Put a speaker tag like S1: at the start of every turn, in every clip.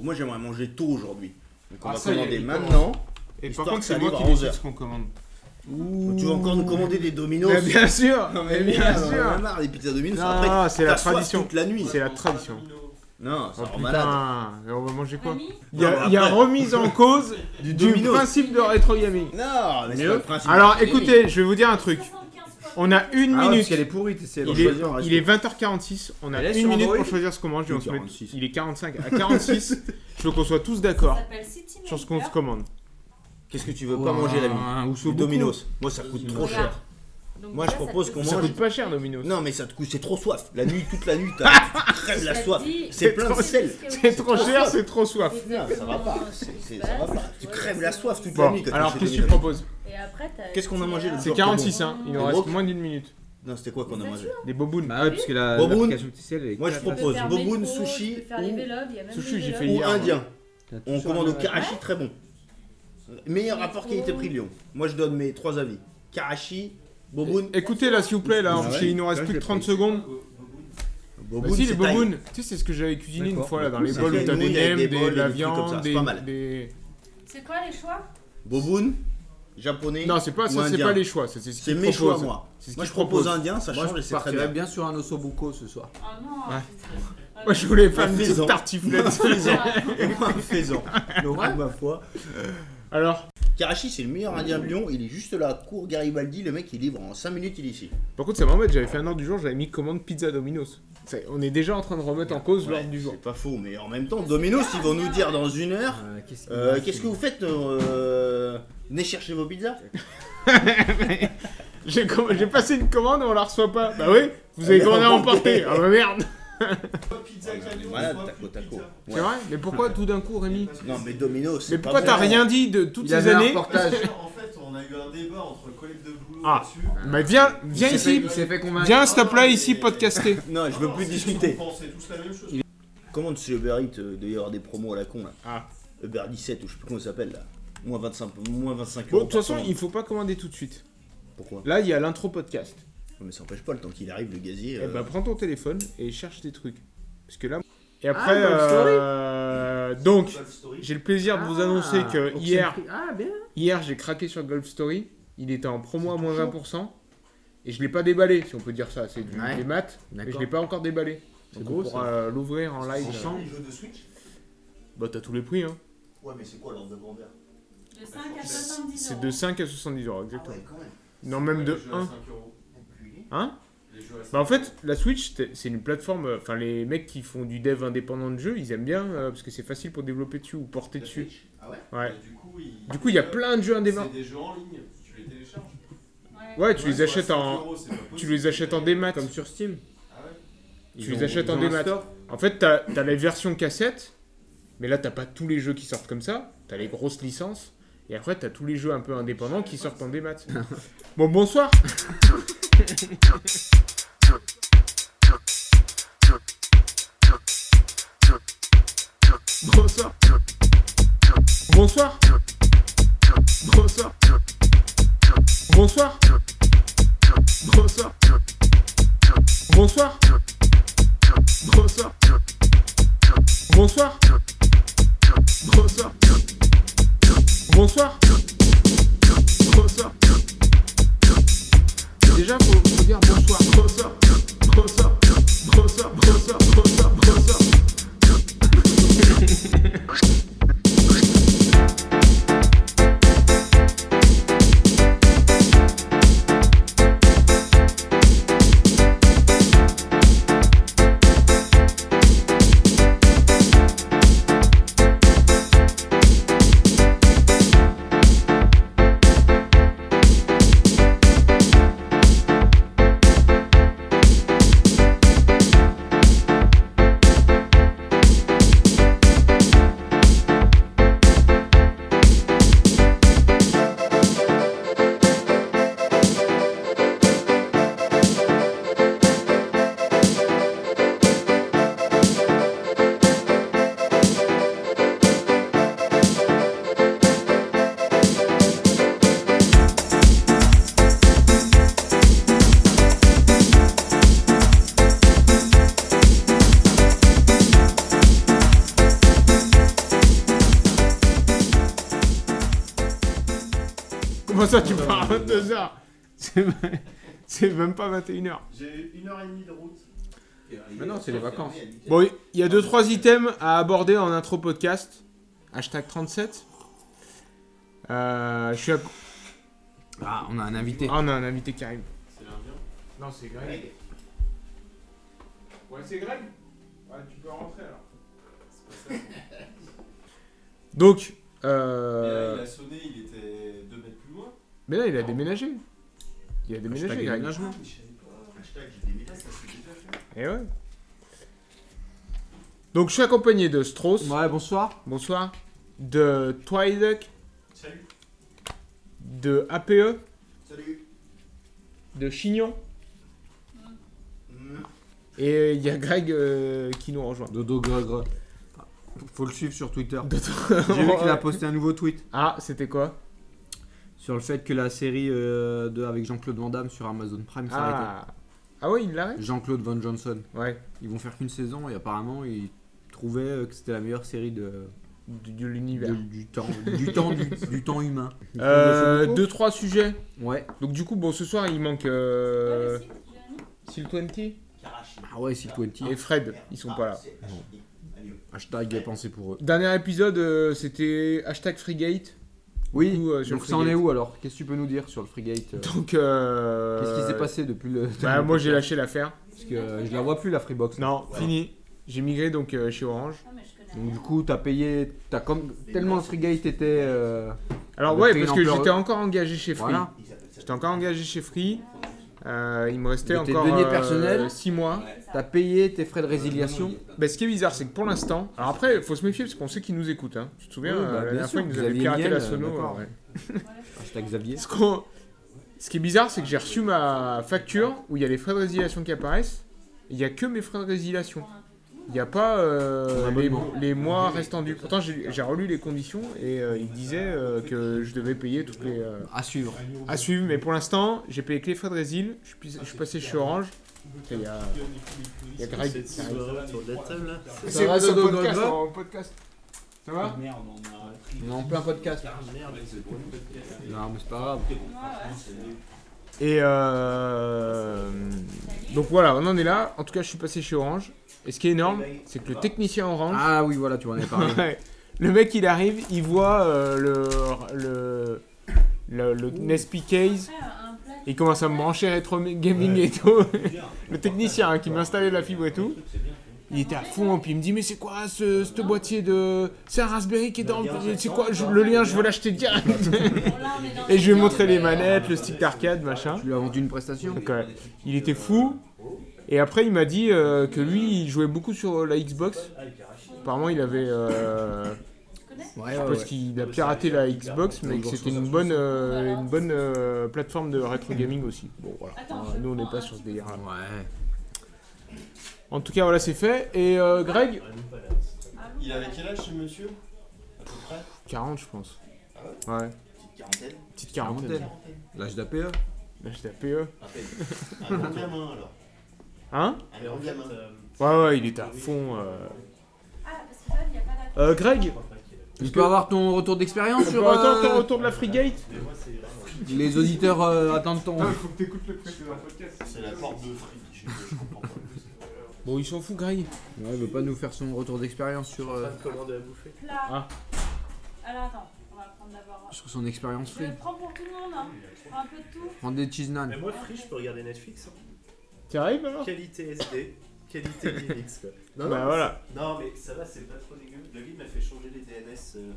S1: Moi, j'aimerais manger tôt aujourd'hui. Donc, on
S2: Ah,
S1: va
S2: ça y est,
S1: commander
S2: il
S1: maintenant.
S2: Et par
S1: Histoire
S2: contre,
S1: que ça
S2: c'est moi
S1: livre
S2: qui
S1: à
S2: décide
S1: 11.
S2: ce qu'on commande.
S1: Tu vas encore nous commander des dominos
S2: Mais bien sûr
S1: Non,
S2: Mais bien
S1: merde, on en a
S2: sûr
S1: marre des pizzas dominos.
S2: Non,
S1: Après,
S2: non, c'est la
S1: t'as soif
S2: tradition.
S1: toute la nuit.
S2: C'est la tradition.
S1: Non, ça
S2: Oh
S1: rend malade.
S2: putain Et on va manger quoi
S3: Mamie
S2: Il y a,
S1: Non,
S2: il y a
S1: après.
S2: remise en cause
S1: Du
S2: du
S1: dominos.
S2: principe de rétro gaming.
S1: Non, mais c'est pas le principe.
S2: Alors
S1: Oui,
S2: écoutez, je vais vous dire un truc.
S3: 75 fois.
S2: On a une
S4: Ah ouais, parce
S2: minute.
S4: qu'elle est pourrie, t'essaies de
S2: Il est,
S4: choisir un
S2: il est 20h46, on a
S4: Elle est
S2: une
S4: sur
S2: minute
S4: Android
S2: pour choisir ce qu'on mange et on se met-
S1: 46.
S2: Il est 45. À 46, je veux qu'on soit tous
S3: Ça
S2: d'accord
S3: s'appelle City
S2: sur ce qu'on se
S3: Maker.
S2: commande.
S1: Qu'est-ce que tu veux pas manger la nuit
S4: Ah,
S2: Ou
S1: Du dominos. Moi, ça coûte trop
S3: Voilà.
S1: cher.
S3: Donc
S1: Moi,
S3: déjà,
S1: je
S3: ça te
S1: propose
S3: coûte-
S1: qu'on
S2: Ça
S1: mange.
S2: coûte pas cher, Domino's.
S1: Non, mais ça te coûte, c'est trop soif. La nuit, toute la nuit, t'as- tu crèves la
S3: Ça te
S1: soif.
S3: dit-
S1: C'est plein de
S3: C'est
S1: sel.
S3: parce que-
S2: C'est trop cher, c'est trop soif.
S1: Non, ça va pas. C'est- c'est- ça va pas. Tu crèves la soif toute la
S2: Bon,
S1: nuit. quand
S2: alors
S1: tu fais
S2: qu'est-ce que
S1: des
S2: tu proposes
S3: Et après, t'as-
S1: Qu'est-ce qu'on a mangé le
S2: C'est
S1: Genre,
S2: 46, hein. Il nous
S1: Des
S2: reste
S1: brocs
S2: moins d'une minute.
S1: Non, c'était quoi qu'on a mangé
S2: Des bobounes.
S4: Bah ouais, parce que la
S1: Boboon.
S4: l'application TCL est.
S1: Moi, je
S3: Tu peux
S1: propose
S3: faire
S1: boboon,
S3: métro,
S1: sushi
S3: tu peux faire les
S1: ou-
S3: vélos, il y a même
S2: sushi,
S3: des
S2: j'ai
S3: vélos.
S2: fait
S1: Ou
S2: hier, moi.
S1: indien.
S4: T'as tout
S1: On
S4: ça,
S1: commande au
S4: ouais.
S1: karachi, très bon. Meilleur rapport qualité-prix Lyon. Moi, je donne mes trois avis. Karachi, boboon.
S2: Écoutez là, s'il vous plaît, là,
S4: Ah
S2: parce
S4: ouais.
S2: qu'il nous reste
S4: Là,
S2: plus
S4: je
S2: que
S4: l'ai
S2: 30
S4: pris.
S2: secondes. Bah
S1: Boboon,
S2: si, les
S1: c'est Thaï.
S2: bobounes. Tu sais, c'est ce que j'avais cuisiné une
S4: D'accord.
S2: fois là, dans les
S4: C'est
S2: bols où
S1: une
S2: t'as des
S1: nouille avec
S2: nems,
S1: des
S2: des-
S1: bols
S2: de
S1: et
S2: la
S1: des trucs comme ça,
S2: viande,
S1: c'est
S2: des-
S1: pas mal.
S2: des.
S3: C'est quoi les choix
S1: Boboon, japonais.
S2: Non, c'est pas
S1: ou
S2: ça, c'est
S1: indien.
S2: pas les choix. C'est c'est ce
S1: C'est
S2: qu'ils
S1: mes choix,
S2: proposent.
S1: moi.
S2: C'est ce
S1: Moi,
S2: qu'ils
S1: je propose
S2: proposent.
S1: indien, ça
S4: Moi,
S1: change et
S4: je
S1: c'est très bien.
S4: partirais bien sur un osso buco ce soir.
S3: Oh non
S2: Ouais.
S3: putain.
S2: Moi, je voulais faire une
S1: Fais-en.
S2: petite tartiflette.
S1: Et moi, un faisan. Donc,
S4: Ouais.
S1: ma foi.
S2: Alors,
S1: Karachi, c'est le meilleur indien de Lyon. Il est juste là, cours Garibaldi. Le mec, il livre en 5 minutes, il est ici.
S2: par contre, ça m'embête. J'avais fait un ordre du jour, j'avais mis commande pizza Domino's. C'est- On est déjà en train de remettre en cause
S1: Ouais,
S2: l'ordre du jour.
S1: C'est pas faux, mais en même temps, Domino's, ils vont nous dire dans une heure
S4: Euh, Qu'est-ce qu'il
S1: euh,
S4: reste
S1: Qu'est-ce que vous faites euh, Venez chercher vos pizzas
S2: J'ai comm- j'ai passé une commande et on la reçoit pas. Bah oui, vous avez
S1: Ah,
S2: commandé à
S1: merde.
S2: emporter. Ah bah merde.
S5: Pizza Canyon,
S1: Voilà,
S5: on voit
S1: taco,
S5: plus
S1: taco.
S5: pizza.
S1: Ouais.
S2: C'est vrai Mais pourquoi tout d'un coup, Rémi
S1: Non, mais Domino's. c'est
S2: Mais
S1: pas
S2: pourquoi t'as
S1: bon.
S2: rien dit de toutes
S4: Il
S2: ces
S4: avait un
S2: années
S4: reportage.
S5: En fait, on a eu un débat entre collègues de boulot
S2: Ah.
S5: là-dessus.
S2: Mais viens, viens
S4: Il s'est fait-
S2: ici.
S4: Il s'est fait convaincre.
S2: Viens, s'il te plaît, ici, podcaster.
S1: Non, je veux
S5: Ah,
S1: plus
S5: c'est
S1: discuter.
S5: qu'on pensait tous la même chose.
S1: Comment tu sais Uber Eats euh, doit y avoir des promos à la con là
S2: Ah.
S1: Uber 17 ou je sais plus comment ça s'appelle là. Moins 25, moins 25
S2: Bon,
S1: euros.
S2: de toute
S1: par
S2: façon,
S1: commande.
S2: il faut pas commander tout de suite.
S1: Pourquoi
S2: Là, il y a l'intro podcast.
S1: Mais ça empêche pas le temps qu'il arrive, le gazier.
S2: Eh
S1: euh,
S2: bah, prends ton téléphone et cherche des trucs. Parce que là. Et après,
S4: dans le story.
S2: euh, donc,
S5: Pas de story.
S2: j'ai le plaisir de vous annoncer que
S4: Ah, donc
S2: hier,
S4: c'est le prix. Ah, bien.
S2: Hier, j'ai craqué sur Golf Story. Il était en promo à moins 20%. Et je l'ai pas déballé, si on peut dire ça. C'est du,
S4: Ouais.
S2: des maths. Mais je
S4: D'accord.
S2: l'ai pas encore déballé.
S4: C'est
S2: Donc
S4: beau,
S2: on
S4: ça.
S2: pourra euh, l'ouvrir en live.
S5: C'est chiant, les jeux de Switch
S2: Bah, t'as tous les prix. Hein.
S1: Ouais, mais c'est quoi l'ordre de grandeur
S3: De 5 à 70
S2: C'est
S3: euros.
S2: de 5 à 70 euros, exactement.
S6: Ah
S1: quand même.
S2: Non, même de
S5: Les jeux à
S2: 1.
S5: 5 euros.
S2: Hein
S5: Les jeux à 5
S2: Bah, en fait, la Switch, t'es- c'est une plateforme. euh, Enfin, les mecs qui font du dev indépendant de jeux, ils aiment bien euh, parce que c'est facile pour développer dessus ou porter
S5: La
S2: dessus.
S5: Switch Ah ouais
S2: Ouais.
S5: Et Du coup, il...
S2: Du coup, il y a plein de jeux indépendants.
S5: C'est des jeux en ligne, tu les télécharges.
S3: Ouais.
S2: Ouais, tu
S5: Ouais,
S2: les
S5: sur la
S2: achètes
S5: 5
S2: en.
S5: euros, c'est pas possible.
S2: Tu les achètes en démat.
S4: Comme sur Steam.
S5: Ah ouais
S2: Tu
S4: Ils
S2: les
S4: ont-
S2: achètes
S4: ils
S2: en
S4: ont un
S2: démat.
S4: store.
S2: En fait, t'as t'as la version cassette, mais là, t'as pas tous les jeux qui sortent comme ça. T'as les grosses licences. Et après, t'as tous les jeux un peu indépendants qui sortent en démat. bon, bonsoir. Bonsoir. Bonsoir. Bonsoir. Bonsoir. Bonsoir. Bonsoir. Bonsoir. Bonsoir. Bonsoir. Bonsoir. Bonsoir. Déjà, faut, faut dire bonsoir. Bonsoir. Bonsoir. Bonsoir. Bonsoir. Bonsoir. Bonsoir. Comment ça, tu pars à 22h C'est même- C'est même pas 21h.
S7: J'ai une heure et demie de route.
S4: Mais non, c'est les vacances.
S2: Bon, il y a 2-3 items à aborder en intro podcast. Hashtag 37. Euh, je suis à...
S4: Ah, on a un invité.
S2: Ah, on a un invité qui arrive.
S7: C'est l'Indien.
S2: Non, c'est Greg. Ouais, c'est Greg Ouais, tu peux rentrer alors.
S7: C'est pas ça.
S2: Donc,
S7: Mais là, Il
S2: euh...
S7: a sonné, il était 2 mètres plus loin.
S2: mais là, il a déménagé. Il a
S4: Hashtag
S2: déménagé, Greg.
S5: Ah,
S4: déménagement.
S7: mais je savais pas. Hashtag, j'ai des ça c'est déjà fait.
S4: Eh
S2: Et ouais. Donc, je suis accompagné de Strauss.
S4: Ouais, bonsoir.
S2: Bonsoir. De Twiduck.
S7: Salut.
S2: De APE.
S6: Salut.
S2: De Chignon.
S6: Mmh.
S2: Et il y a Greg euh, qui nous rejoint.
S4: Dodo Gregre. Faut le suivre sur Twitter.
S2: D'autres-
S4: J'ai vu qu'il a posté un nouveau tweet
S2: Ah, c'était quoi
S4: sur le fait que la série euh, de, avec Jean-Claude Van Damme sur Amazon Prime s'arrêtait.
S2: Ah. ah ouais, il l'arrête
S4: Jean-Claude Van Johnson.
S2: Ouais.
S4: Ils vont faire qu'une saison et apparemment ils trouvaient euh, que c'était la meilleure série de,
S2: De, de
S4: de-
S2: l'univers.
S4: du temps du temps du, du temps humain.
S2: Euh, deux, trois sujets.
S4: Ouais.
S2: Donc du coup, bon, ce soir, il manque
S3: Ouais,
S2: euh,
S3: le site, Jérémy.
S2: Seal20
S6: Karachi. Ah,
S4: Ah ouais, si 20.
S2: et Fred. Ils sont pas là.
S4: Hashtag pensez pour eux.
S2: Dernier épisode, euh, c'était hashtag Freegate.
S4: Oui.
S2: Ou, euh, sur
S4: donc
S2: le
S4: ça en est
S2: frigate.
S4: où alors Qu'est-ce que tu peux nous dire sur le frigate euh,
S2: Donc... euh,
S4: Qu'est-ce qui s'est passé depuis le
S2: Bah moi, j'ai lâché l'affaire.
S4: parce que euh, je la vois plus la Freebox.
S2: Non,
S6: Ouais.
S2: fini. J'ai migré donc euh, chez Orange.
S3: Ah, mais je connais
S4: Donc
S3: rien.
S4: du coup, t'as payé, t'as comme tellement le frigate était euh,
S2: Alors
S4: Le
S2: ouais,
S4: prix
S2: parce que
S4: Lampleur-
S2: j'étais encore engagé chez Free.
S4: voilà.
S2: J'étais encore engagé chez Free. Euh, il me restait
S4: De tes
S2: encore
S4: deniers personnels
S2: 6 mois.
S3: C'est ça.
S4: T'as payé tes frais de résiliation.
S2: Bah, ce qui est bizarre, c'est que pour l'instant. Alors après, faut se méfier parce qu'on sait qu'ils nous écoutent. Hein. Tu te souviens,
S4: Oui, bah,
S2: euh, la
S4: bien
S2: dernière
S4: sûr,
S2: fois, ils nous
S4: vous
S2: avaient
S4: aviez
S2: piraté
S4: Miel,
S2: la sono.
S4: d'accord.
S2: euh, ouais.
S4: Hashtag Xavier.
S2: Ce, qu'on- ce qui est bizarre, c'est que j'ai reçu ma facture où il y a les frais de résiliation qui apparaissent. Il n'y a que mes frais de résiliation. Il n'y a pas euh,
S4: Un
S2: les,
S4: abonnement.
S2: les mois restant dus. Pourtant, j'ai j'ai relu les conditions et euh, il disait euh, que je devais payer toutes les. euh,
S4: À suivre.
S2: à suivre, mais pour l'instant, j'ai payé que les frais de résil. Je suis, pis- je suis passé chez Orange. Il y a, il y a Greg. qui arrive.
S6: sur la table là.
S2: C'est
S4: Ça va,
S2: c'est un
S4: Dodo,
S2: podcast,
S4: Dodo
S2: en podcast. Ça va
S8: Merde, on a pris
S4: On est en plein podcast.
S8: merde.
S4: Non, mais c'est pas grave.
S2: Et euh, donc voilà, on en est là. En tout cas, je suis passé chez Orange. Et ce qui est énorme, c'est que le technicien Orange,
S4: Ah oui, voilà, tu en as parlé.
S2: ouais, le mec, il arrive, il voit euh, le le le, le Nespi case.
S3: Après, un plat
S2: Il commence à me brancher rétro gaming et tout. Le technicien hein, qui m'a installé la fibre et tout. Il était à fond, puis il me dit Mais c'est quoi ce, ce boîtier de. C'est un Raspberry qui est dans. le- C'est quoi je- Le lien, je veux l'acheter direct.
S3: Bon, là, on est dans
S2: Et je lui ai
S3: le
S2: montré les
S3: mais, euh,
S2: manettes, le stick d'arcade, machin.
S4: Tu lui as vendu une prestation
S2: Donc, euh, il était fou. Et après, il m'a dit euh, que lui, il jouait beaucoup sur la Xbox. Apparemment, il avait. euh,
S3: Tu connais
S4: Ouais,
S2: je
S4: Ah ouais,
S2: pense
S4: ouais.
S2: qu'il a piraté la Xbox, mais que c'était une bonne, euh, une bonne euh, plateforme de rétro gaming aussi. Bon, voilà.
S3: Attends,
S2: Euh,
S3: je
S2: Nous, on n'est
S3: prends
S2: pas
S3: un
S2: sur ce
S3: petit peu.
S2: délire-là.
S4: Ouais.
S2: En tout cas, voilà, c'est fait. Et euh, Greg
S3: Ah,
S7: Il avait quel âge ce monsieur À peu près
S2: 40, je pense. Ouais.
S6: Petite quarantaine.
S2: Petite quarantaine.
S4: L'âge d'APE
S2: Là, euh. j'étais à PE.
S6: Un grand gamin alors.
S2: Hein
S6: Un grand gamin.
S8: euh,
S2: Ouais, ouais, il était à fond. euh.
S3: Ah, parce que là, il n'y a pas d'accord.
S2: Euh, Greg
S4: Je peux avoir ton retour d'expérience sur
S2: Attends,
S4: euh,
S2: attends, retour de la Freegate
S4: les auditeurs euh, attendent ton.
S6: C'est la porte de Free. Je, je comprends pas.
S2: Bon, il s'en fout, Greg.
S4: Ouais, il veut pas nous faire son retour d'expérience sur, euh,
S3: Plat.
S2: Ah.
S3: Alors, attends, on va prendre d'abord.
S4: sur son expérience
S3: Je
S4: free.
S3: le prends pour tout le monde, hein. Je prends un peu de tout.
S4: Prends des cheese nan.
S8: moi, Free, je peux regarder Netflix. hein.
S2: Tu arrives alors
S8: Qualité SD, qualité Linux. quoi. Non,
S2: Bah
S8: non,
S2: voilà.
S8: non, mais ça va, c'est pas trop dégueu. David m'a fait changer les DNS. euh,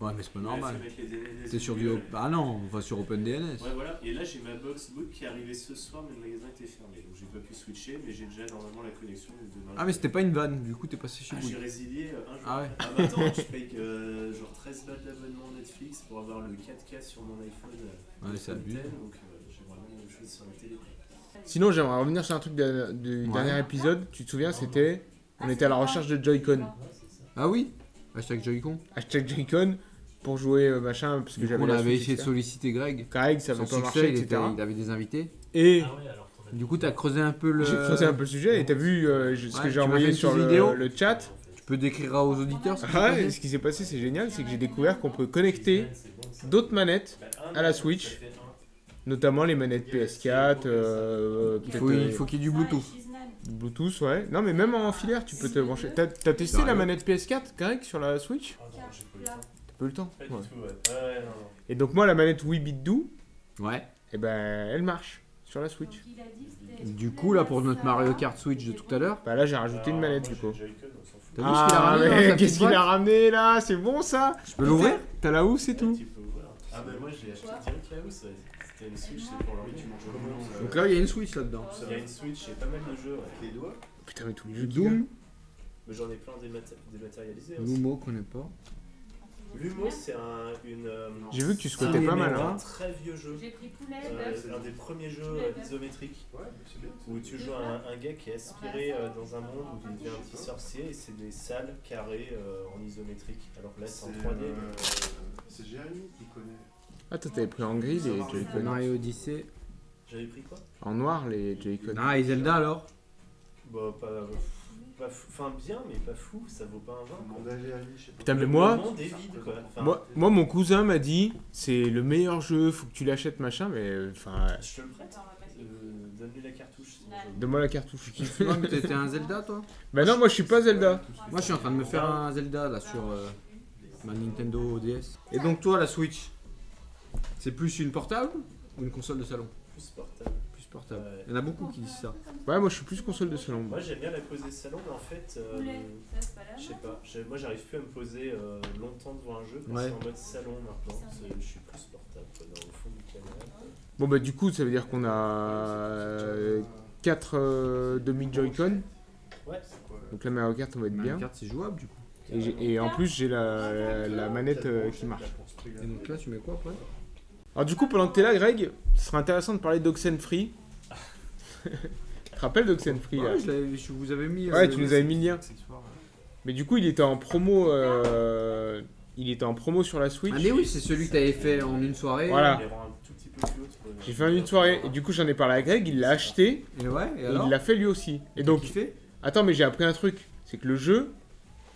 S4: Ouais, mais c'est pas
S8: il
S4: normal.
S8: a fait mettre les DNS
S4: C'est sur du.
S8: Google.
S4: Ah non, on va sur OpenDNS.
S8: euh, Ouais, voilà. Et là, j'ai ma box book qui est arrivée ce soir, mais le magasin était fermé. Donc, j'ai pas pu switcher, mais j'ai déjà normalement la connexion de demain.
S4: Ah, mais c'était pas une vanne, du coup t'es passé chez
S8: Ah, j'ai
S4: Bouygues.
S8: résilié euh, un jour.
S4: Ah ouais.
S8: Ah bah attends, je paye que euh, genre 13 balles d'abonnement Netflix pour avoir le 4K sur mon iPhone. euh,
S4: Ouais, c'est abusé.
S8: Donc euh, j'aimerais bien la même chose sur la télé.
S2: Sinon, j'aimerais revenir sur un truc de- du
S4: Ouais.
S2: dernier épisode. Tu te souviens, c'était. On était à la recherche de Joy-Con.
S4: Ah oui Hashtag Joy-Con.
S2: Hashtag Joy-Con pour jouer euh, machin, parce que
S4: Du coup,
S2: j'avais.
S4: on
S2: la
S4: avait
S2: Switch,
S4: essayé de
S2: etc.
S4: solliciter Greg.
S2: Greg, ça avait
S4: Son
S2: pas
S4: succès,
S2: marché,
S4: il, était-
S2: etc.
S4: il avait des invités.
S2: Et.
S5: Ah
S4: Du coup, t'as creusé un peu le.
S2: J'ai creusé un peu le sujet et t'as vu euh, je- ce
S4: Ouais,
S2: que
S4: tu
S2: j'ai
S4: m'as fait
S2: envoyé
S4: une
S2: sur
S4: petite
S2: le,
S4: vidéo.
S2: le chat.
S4: Tu peux décrire aux auditeurs ce qui s'est
S2: Ah, et
S4: passé
S2: ce qui s'est passé, c'est génial, c'est que j'ai découvert qu'on peut connecter d'autres manettes,
S5: Bah, un,
S2: À la
S5: ça
S2: Switch.
S5: fait un.
S2: notamment les manettes PS4, euh,
S3: Il
S2: peut-être,
S4: faut-
S2: euh,
S4: il faut qu'il y ait du
S3: Ah,
S4: Bluetooth.
S2: Bluetooth, ouais. Non, mais même en filaire, tu peux te brancher. T'as t'as testé la manette PS4, Greg, sur la Switch
S5: Ah non, j'ai pas eu le temps.
S2: T'as pas eu le temps.
S5: Pas
S2: ouais.
S5: du tout, ouais. Ouais, ouais, non, non.
S2: Et donc, moi, la manette Wii Bit Do,
S4: Ouais.
S2: eh ben, elle marche sur la Switch.
S4: Du coup, là, pour notre Mario Kart Switch de tout à l'heure,
S2: Bah là, j'ai rajouté
S5: Alors,
S2: une manette,
S5: moi,
S2: du
S5: j'ai
S2: coup.
S5: le Joy-Con, on s'en fout.
S4: T'as vu ce qu'il a ramené,
S2: mais
S4: hein, sa
S2: Ah, Qu'est-ce
S4: petite
S2: qu'il a
S4: boîte
S2: ramené là C'est bon ça
S4: je peux l'ouvrir
S2: T'as la housse et
S5: Ouais,
S2: tout
S5: tu peux ouvrir. Ah, bah moi, j'ai acheté direct la housse, ouais. C'était une Switch, c'est pour l'envie, tu manges comment ça
S4: Donc là, Ah, il y a une Switch là-dedans.
S5: Il y a une Switch, j'ai pas mal de jeux, ouais.
S7: Les doigts
S2: Putain, mais tous les jeux
S4: Du
S2: qu'il a.
S4: Doom,
S5: Mais j'en ai plein dématé- dématérialisés. hein.
S4: Lumo qu'on n'est pas.
S5: Lumo, c'est un, une. euh,
S2: J'ai vu que tu
S5: c'est
S2: squattais
S5: un-
S2: pas mal,
S5: un
S2: hein.
S5: très vieux jeu.
S3: J'ai pris poulet,
S5: Euh,
S3: bœuf.
S5: c'est un des premiers jeux euh, isométriques
S7: Ouais, c'est bien.
S5: où tu joues un, un gars qui est aspiré euh, dans un monde où il devient un petit sorcier et c'est des salles carrées euh, en isométrique. Alors que là, c'est en 3D.
S7: euh,
S5: mais-
S7: C'est Jérémy qui connaît.
S2: Ah, toi, t'avais pris en gris les Joy-Con.
S4: Mario Odyssey.
S5: J'avais pris quoi
S2: En noir, les Joy-Con.
S4: Ah, et Zelda alors
S5: Bah, pas. pas fou- Enfin, bien, mais pas fou, ça vaut pas un vin. quoi.
S7: Demande à Jérémy, je sais pas.
S2: Putain, mais
S5: Le
S2: moi-
S5: monde est vide, quoi. Enfin,
S2: Moi, moi, mon cousin m'a dit c'est le meilleur jeu, faut que tu l'achètes, machin, mais euh, enfin, euh,
S5: Je te le prête. Euh, Donne-lui la cartouche. sinon je-
S2: donne-moi la cartouche.
S4: Non, mais t'étais un Zelda toi
S2: bah non, moi je suis pas Zelda.
S4: Moi, je suis en train de me faire un Zelda là sur euh, ma Nintendo DS. Et donc, toi, la Switch, c'est plus une portable ou une console de salon
S5: Plus portable.
S4: Plus portable.
S5: Ouais.
S4: Il y en a beaucoup qui disent ça.
S2: Ouais, moi je suis plus console de salon.
S5: Moi, j'aime bien la poser salon, mais en fait. euh,
S3: Ça, c'est pas la
S5: Je sais
S3: même.
S5: pas, j'ai- moi j'arrive plus à me poser euh, longtemps devant un jeu, parce
S4: Ouais.
S5: que c'est en mode salon maintenant, c'est- je suis plus portable quoi, dans le fond du canapé.
S2: Bon, bah, du coup, ça veut dire qu'on a
S4: Euh,
S2: 4 euh, demi-Joy-Con.
S5: Ouais,
S7: euh,
S2: Donc la Mario Kart, on va être
S4: Mario
S2: bien.
S4: Kart, c'est jouable du coup.
S2: Et, j'ai- et en plus, j'ai la, la manette euh, qui marche.
S4: Et donc là, tu mets quoi après
S2: Alors, du coup, pendant que t'es là, Greg, ce serait intéressant de parler d'Oxenfree. tu te rappelles d'Oxenfree là
S4: Ouais, Ah, je, l'avais- je vous avais mis.
S2: Ouais,
S4: euh,
S2: tu nous avais mis le lien. Mais du coup, il était en promo. euh, il était en promo sur la Switch.
S4: Ah, mais oui, c'est celui que t'avais fait en une soirée.
S2: Voilà.
S5: je les rends un tout petit peu plus hautes. quoi.
S2: J'ai fait une soirée et du coup j'en ai parlé à Greg, il l'a acheté
S4: Et ouais, et
S2: et
S4: alors
S2: il l'a fait lui aussi. Et donc,
S4: kiffé
S2: attends mais j'ai appris un truc, c'est que le jeu,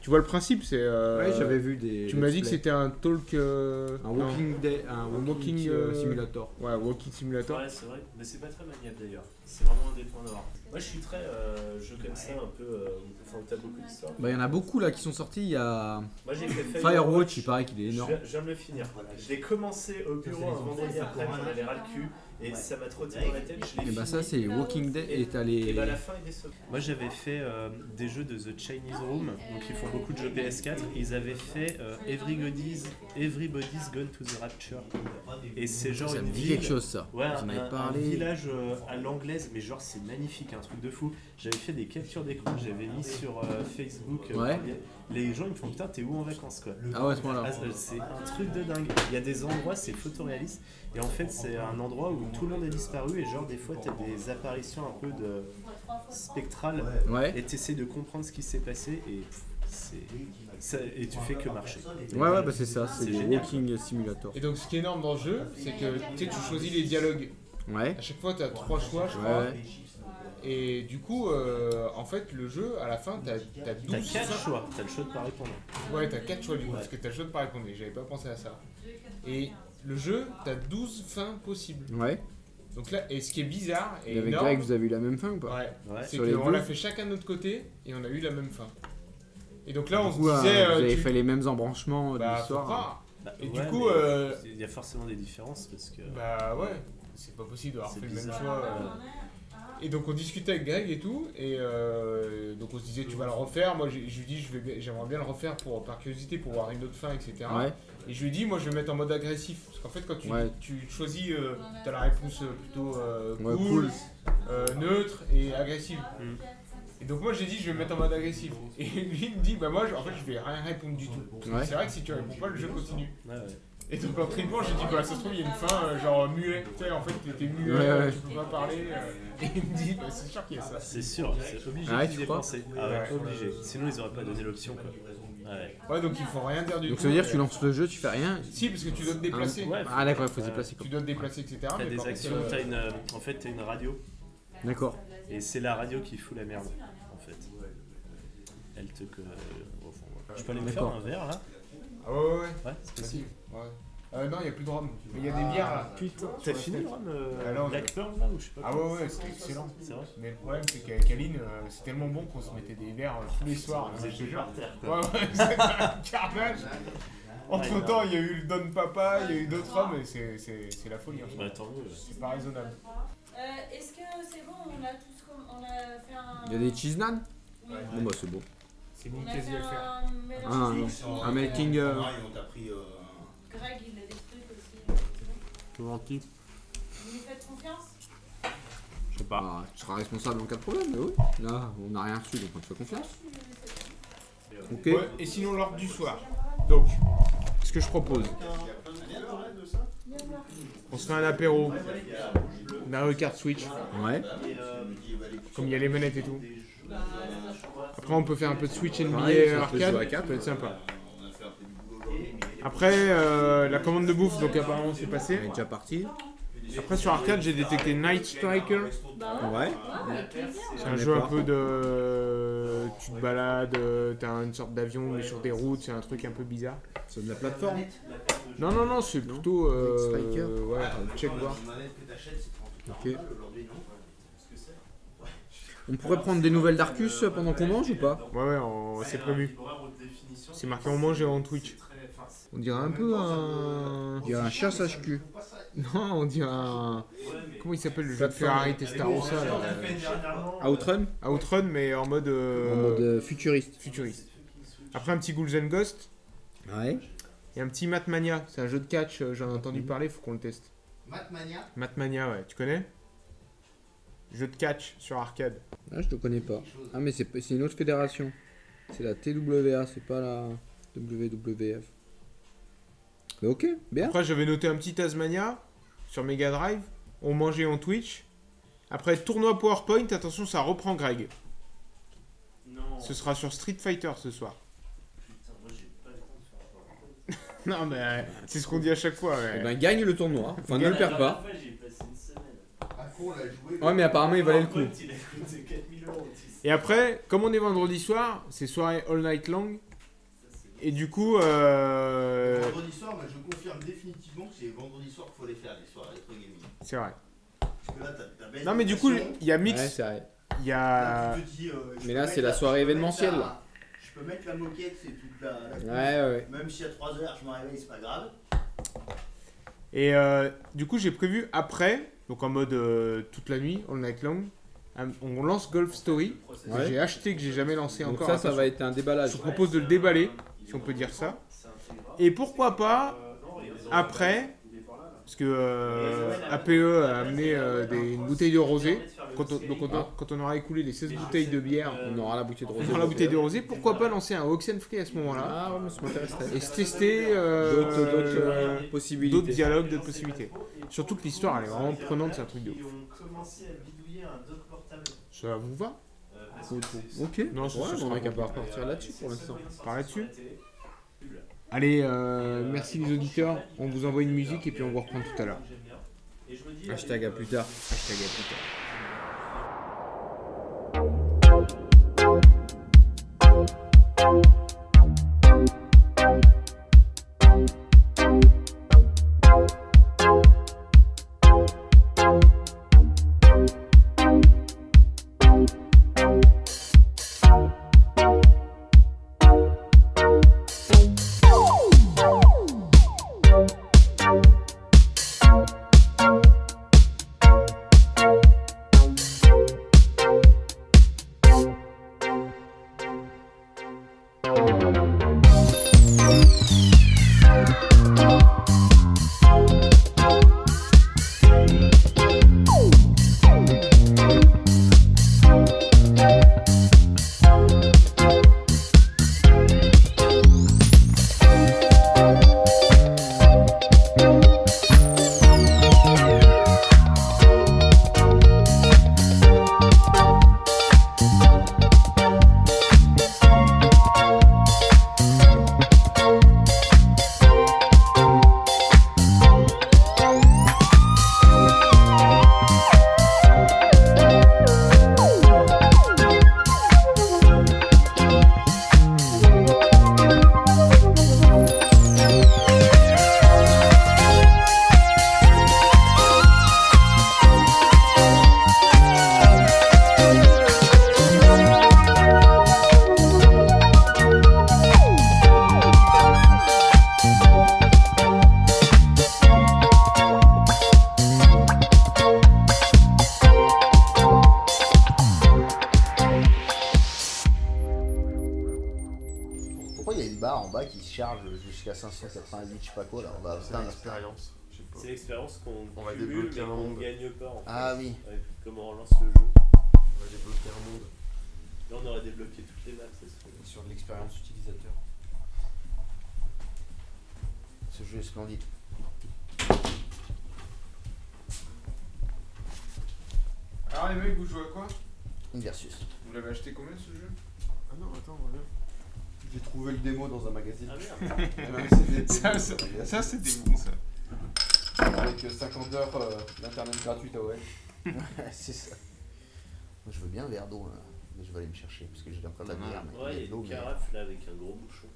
S2: tu vois le principe, c'est... euh,
S4: Ouais, j'avais vu des.
S2: Tu
S4: let's
S2: m'as dit que
S4: play.
S2: c'était un talk... euh,
S4: Un
S2: non.
S4: walking, day, un walking,
S2: walking,
S4: euh,
S2: euh,
S4: simulator.
S2: Ouais, walking simulator.
S5: Ouais, c'est vrai, mais c'est pas très maniable d'ailleurs, c'est vraiment un des points noirs. Moi je suis très euh, jeu comme ça, un peu. euh, Enfin, t'as beaucoup d'histoires.
S4: Bah, il y en a beaucoup là qui sont sortis. Il y a
S5: Moi j'ai fait
S4: Firewatch, il paraît qu'il est
S5: Je
S4: énorme.
S5: viens, je viens de le finir. Je l'ai commencé au bureau un vendredi après, j'en avais ras le cul, et ça m'a trotté dans la tête, je l'ai
S4: Et
S5: fini.
S4: bah, ça, c'est Walking Dead et t'as les.
S5: Et bah la fin est décevante. Moi j'avais fait euh, des jeux de The Chinese Room, donc ils font beaucoup de jeux PS4. Ils avaient fait euh, Everybody's, Everybody's Gone to the Rapture. Et c'est genre
S4: Ça
S5: une
S4: me dit
S5: ville.
S4: quelque chose ça.
S5: Ouais,
S4: Vous en
S5: un,
S4: avez
S5: un
S4: parlé.
S5: village euh, à l'anglaise, mais genre c'est magnifique, un truc de fou. J'avais fait des captures d'écran, que j'avais mis sur euh, Facebook. euh,
S4: Ouais.
S5: Les gens ils me font putain, t'es où en vacances quoi
S4: Ah ouais, à ce moment-là.
S5: ah, ça, c'est un truc de dingue. Il y a des endroits, c'est photoréaliste. Et en fait, c'est un endroit où tout le monde a disparu. Et genre, des fois, t'as des apparitions un peu de spectrales.
S4: Ouais.
S5: Et t'essayes de comprendre ce qui s'est passé. Et pff, c'est. ça- Et tu fais que marcher.
S4: Ouais, ouais, bah c'est ça,
S5: C'est
S4: c'est des
S5: génial.
S4: walking simulator.
S2: Et donc ce qui est énorme dans le jeu, c'est que tu sais, tu choisis les dialogues.
S4: Ouais.
S2: À chaque fois, tu as trois choix, je crois.
S4: Ouais.
S2: Et du coup, euh, en fait, le jeu, à la fin, tu as,
S5: T'as
S2: 12
S5: quatre choix. T'as le choix de pas répondre.
S2: Ouais, t'as 4 choix du coup, parce que t'as le choix de pas répondre, j'avais pas pensé à ça. Et le jeu, t'as 12 fins possibles.
S4: Ouais.
S2: Donc là, et ce qui est bizarre et
S4: Et avec
S2: énorme,
S4: Greg, vous avez eu la même fin ou pas
S2: ouais,
S5: Ouais.
S2: c'est
S4: Sur les
S2: qu'on
S4: 12.
S2: l'a fait chacun de notre côté et on a eu la même fin. Et donc là, on
S4: Du
S2: se
S4: coup, euh,
S2: disait,
S4: vous
S2: euh,
S4: avez
S2: tu-
S4: fait les mêmes embranchements euh, de
S2: bah, faut
S4: l'histoire.
S2: croire.
S5: Bah,
S2: Et
S5: ouais,
S2: du coup,
S5: mais
S2: euh,
S5: Il y a forcément des différences parce
S4: hein.
S5: que.
S2: bah ouais, c'est pas possible d'avoir
S5: C'est
S2: fait le même
S5: bizarre.
S2: choix. euh. Et donc on discutait avec Greg et tout, et euh, donc on se disait tu vas le refaire. Moi, j'ai- je lui dis je vais, bien- j'aimerais bien le refaire pour par curiosité pour voir une autre fin, etc.
S4: Ouais.
S2: Et je lui ai dit, moi je vais mettre en mode agressif. Parce qu'en fait, quand tu,
S4: Ouais.
S2: tu choisis, euh, t'as la réponse euh, plutôt euh, cool,
S4: Ouais, cool.
S2: euh, neutre et agressive.
S5: Mm.
S2: Et donc moi j'ai dit, je vais mettre en mode agressif. Et lui il me dit, bah moi je- en fait je vais rien répondre du tout.
S4: Ouais.
S2: C'est vrai que si tu réponds pas, le jeu continue.
S5: Ouais, ouais.
S2: Et donc après une fois, j'ai dit, bah ça se trouve, il y a une fin euh, genre muet. Tu sais, en fait, t'étais muet,
S4: Ouais, ouais.
S2: tu peux pas parler. euh. Et il me dit, bah c'est sûr qu'il y a ça.
S5: C'est sûr, c'est obligé
S4: Ouais,
S5: d'y
S4: tu crois
S5: dépenser. Ah ouais,
S2: Ouais.
S5: obligé. Sinon, ils auraient pas donné l'option quoi. Ouais.
S2: Ouais, donc il
S3: Ah,
S2: faut rien dire du
S4: Donc
S2: tout.
S4: ça veut dire que tu lances le jeu, tu fais rien.
S2: Si, parce que tu dois te déplacer.
S5: Ouais,
S4: Ah d'accord, il faut se
S5: Ouais.
S4: déplacer. quoi.
S2: Tu dois te déplacer, etc.
S5: T'as
S2: mais
S5: des
S2: par contre,
S5: actions,
S2: euh,
S5: t'as une, euh, en fait, t'as une radio,
S4: D'accord.
S5: et c'est la radio qui fout la merde, en fait. Elle te. que- euh, au fond, voilà. Je peux aller me faire
S4: D'accord.
S5: un verre là
S2: Ah ouais, ouais, ouais.
S5: Ouais, c'est possible.
S2: Ouais. Euh, non, il n'y a plus de rhum. Mais il y a des bières là.
S8: T'as fini
S2: fenêtre.
S8: Rome
S2: Ah non,
S8: euh,
S2: mais-
S8: Blackburn là ou je sais pas
S2: Ah
S8: quoi.
S2: ouais, ouais, c'était excellent.
S8: C'est vrai
S2: Mais le problème, c'est qu'avec Aline, euh, c'est tellement bon qu'on se mettait des verres euh, tous les soirs.
S8: Vous
S2: hein,
S8: êtes
S2: je te
S8: des
S2: jure.
S8: parterres,
S2: Ouais,
S8: quoi.
S2: ouais, c'était un carnage. Entre temps, il y a eu le Don Papa, il y a eu d'autres hommes, et c'est- c'est c'est la folie. hein.
S8: Bah tant mieux.
S2: C'est pas raisonnable.
S3: Euh, Est-ce que c'est bon On a tous comme on a fait un.
S4: Il y a des cheese nan
S3: Oui.
S4: Bon bah c'est bon.
S2: C'est
S3: On
S2: une
S3: a fait
S2: caisse de faire.
S3: un mélange.
S4: Ah, Un-
S3: de
S4: un
S3: cheese.
S4: un making, euh,
S6: Ah, et on t'a pris. euh,
S3: Greg, il a des trucs aussi. c'est bon.
S4: Gentil.
S3: Vous nous faites confiance
S8: Je sais pas.
S4: Bah, tu seras responsable en cas de problème, mais oui. Là, on n'a rien reçu, donc on te fait confiance. Ok.
S2: Ouais, et sinon, l'ordre du soir. Donc,
S4: Ce que je propose.
S2: on se fait un apéro. On a carte Switch,
S4: Ouais.
S2: comme il y a les manettes et tout. Après, on peut faire un peu de Switch NBA
S4: Pareil, ça peut se
S2: arcade,
S4: jouer à
S2: ça
S4: quatre.
S2: peut être sympa. Après, euh, la commande de bouffe, donc apparemment, c'est passé.
S4: On est déjà parti.
S2: Après, sur arcade, j'ai détecté Night Striker.
S3: Bah
S4: Ouais.
S2: C'est un
S4: Je
S2: jeu
S4: connais
S2: un
S4: pas.
S2: peu de. Tu te balades, euh, t'as une sorte d'avion, mais sur des routes, c'est un truc un peu bizarre.
S4: C'est de la plateforme.
S2: Non, non, non, c'est plutôt. euh,
S4: Night Striker.
S2: Ouais, check voir.
S4: Ok. On pourrait prendre des nouvelles d'Arcus pendant qu'on mange ou pas
S2: Ouais, ouais, on- Oh, c'est prévu. C'est marqué en mange et en Twitch.
S4: On dirait un peu
S2: Euh,
S4: un. On dirait un chasse à cul.
S2: Non, on dirait un. Comment il s'appelle le jeu de Ferrari
S8: Ah,
S2: Testarossa là
S4: Outrun
S2: Outrun, mais en mode. euh,
S4: En mode euh, futuriste.
S2: futuriste. Après, un petit Ghouls and Ghost
S4: Ouais.
S2: et un petit Matmania. C'est un jeu de catch, euh, j'en ai
S4: Mhm.
S2: entendu parler, faut qu'on le teste.
S9: Matmania
S2: Matmania, ouais, tu connais Jeu de catch sur arcade.
S4: Là, je te connais pas. Ah, mais c'est c'est une autre fédération. C'est la TWA, c'est pas la WWF. Mais ok, bien.
S2: Après, j'avais noté un petit Tasmania sur Mega Drive. On mangeait en Twitch. Après, tournoi PowerPoint, attention, ça reprend Greg.
S8: Non.
S2: Ce sera sur Street Fighter ce soir.
S8: Putain, moi j'ai pas le temps de faire un PowerPoint.
S2: Non, mais euh, c'est ce qu'on dit à chaque fois.
S4: Eh
S2: ouais.
S4: ben, gagne le tournoi. Enfin, ne le perds
S8: La dernière
S4: pas.
S8: fois, J'ai passé une semaine.
S9: À quoi on l'a joué
S4: Ouais, mais apparemment, il valait le coup.
S8: PowerPoint, Il a coûté 4000 euros. tu sais.
S2: Et après, comme on est vendredi soir, c'est soirée all night long. Et du coup, euh,
S6: Vendredi soir, moi, je confirme définitivement que c'est vendredi soir qu'il faut les faire, les soirées rétro gaming.
S2: c'est vrai.
S6: Parce que là, t'as- t'as baisse
S2: Non, mais
S6: de
S2: du coup, Ah.
S6: pression.
S2: il y a
S4: Ouais,
S2: Mix,
S4: c'est vrai.
S2: il y a.
S6: Tu te dis, euh, je
S4: Mais
S6: peux
S4: là,
S6: mettre
S4: c'est la soirée
S6: je peux mettre
S4: événementielle,
S6: la-
S4: là.
S6: Je peux mettre la moquette et toute la.
S4: Ouais, ouais.
S6: Même si à 3h je me réveille, c'est pas grave.
S2: Et euh, du coup, j'ai prévu après, donc en mode euh, toute la nuit, all night long, un- on lance Golf Story. que
S4: Ouais.
S2: J'ai acheté que j'ai jamais lancé
S4: Donc
S2: encore.
S4: ça, ça
S2: attention.
S4: va être un déballage.
S2: Je vous propose de le déballer, si on peut dire ça. Et pourquoi pas,
S8: Euh,
S2: après, parce que euh, APE a amené euh, des, une bouteille de rosé. Quand on, donc on-
S4: Ah.
S2: quand on aura écoulé les 16 bouteilles de bière,
S4: On aura la bouteille de
S2: on
S4: rosé.
S2: prend la bouteille de rosé. Pourquoi pas lancer un Oxenfree à ce moment-là
S4: Ah, ouais, moi, ça m'intéresserait.
S2: et se tester euh,
S4: D'autres d'autres, euh,
S2: euh, d'autres
S4: possibilités.
S2: dialogues, d'autres possibilités. Surtout que l'histoire, elle est vraiment prenante, c'est un truc de ouf.
S8: ont commencé à bidouiller un dock portable.
S2: Ça vous va
S8: Euh, parce
S4: Cool,
S8: que
S4: cool.
S8: c'est-
S4: Ok.
S2: Non, ce-
S4: Ouais,
S2: ce
S4: on
S2: sera
S4: n'a qu'à
S2: bon.
S4: pas repartir là-dessus pour l'instant.
S2: Par là-dessus
S8: Allez,
S2: Allez, euh, merci les auditeurs. On vous envoie une musique et puis on vous reprend tout à l'heure.
S4: Hashtag à plus tard.
S2: Hashtag à plus tard.
S1: se charge jusqu'à 598, je sais pas quoi, là, on va
S7: C'est
S1: atteindre-
S7: l'expérience. Je sais pas.
S5: C'est l'expérience qu'on
S7: On va
S5: cumule,
S7: débloquer
S5: mais
S7: un
S5: qu'on
S7: monde.
S5: gagne pas en fait.
S1: Ah oui.
S5: Avec comment on lance le jeu.
S7: On va débloquer un monde.
S5: Là on aurait débloqué toutes les maps, ça se trouve.
S4: Sur de l'expérience utilisateur.
S1: Ce jeu est splendide.
S4: Alors les mecs, vous jouez à quoi
S1: Versus.
S4: Vous l'avez acheté combien ce jeu
S2: Ah non, attends, regarde.
S1: J'ai trouvé le démo dans un magazine.
S5: Ah merde
S2: Ça, ça, ça, c'était bon ça.
S1: Avec 50 heures d'internet gratuite à OL. c'est ça. Moi, je veux bien un verre d'eau, là. Mais je vais aller me chercher parce que j'ai encore de la bière. mais il y a
S5: Ah, Ouais,
S1: de
S5: il y a
S1: l'eau,
S5: une
S1: mais-
S5: carafe là avec un gros bouchon.